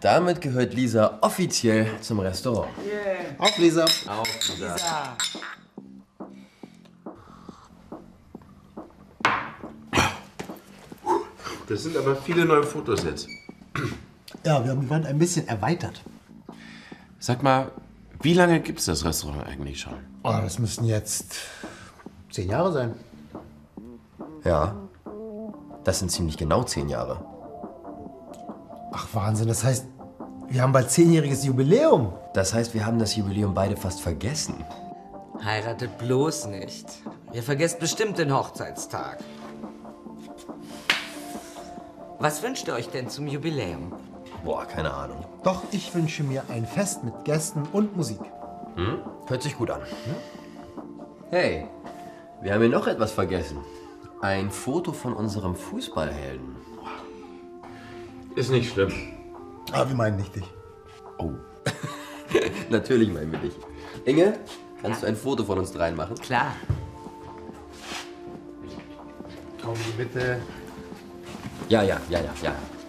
Damit gehört Lisa offiziell zum Restaurant. Auf, Lisa. Auf, Lisa. Das sind aber viele neue Fotos jetzt. Ja, wir haben die Wand ein bisschen erweitert. Sag mal, wie lange gibt's das Restaurant eigentlich schon? Oh, das müssen jetzt zehn Jahre sein. Ja. Das sind ziemlich genau zehn Jahre. Ach, Wahnsinn. Das heißt, wir haben bald zehnjähriges Jubiläum. Das heißt, wir haben das Jubiläum beide fast vergessen. Heiratet bloß nicht. Ihr vergesst bestimmt den Hochzeitstag. Was wünscht ihr euch denn zum Jubiläum? Boah, keine Ahnung. Doch ich wünsche mir ein Fest mit Gästen und Musik. Hört sich gut an. Hm? Hey, wir haben hier noch etwas vergessen. Ein Foto von unserem Fußballhelden. Ist nicht schlimm. Aber Ah, wir meinen nicht dich. Oh. Natürlich meinen wir dich. Inge, kannst du ein Foto von uns dreien machen? Klar. Komm, bitte. Ja, ja, ja, ja, ja.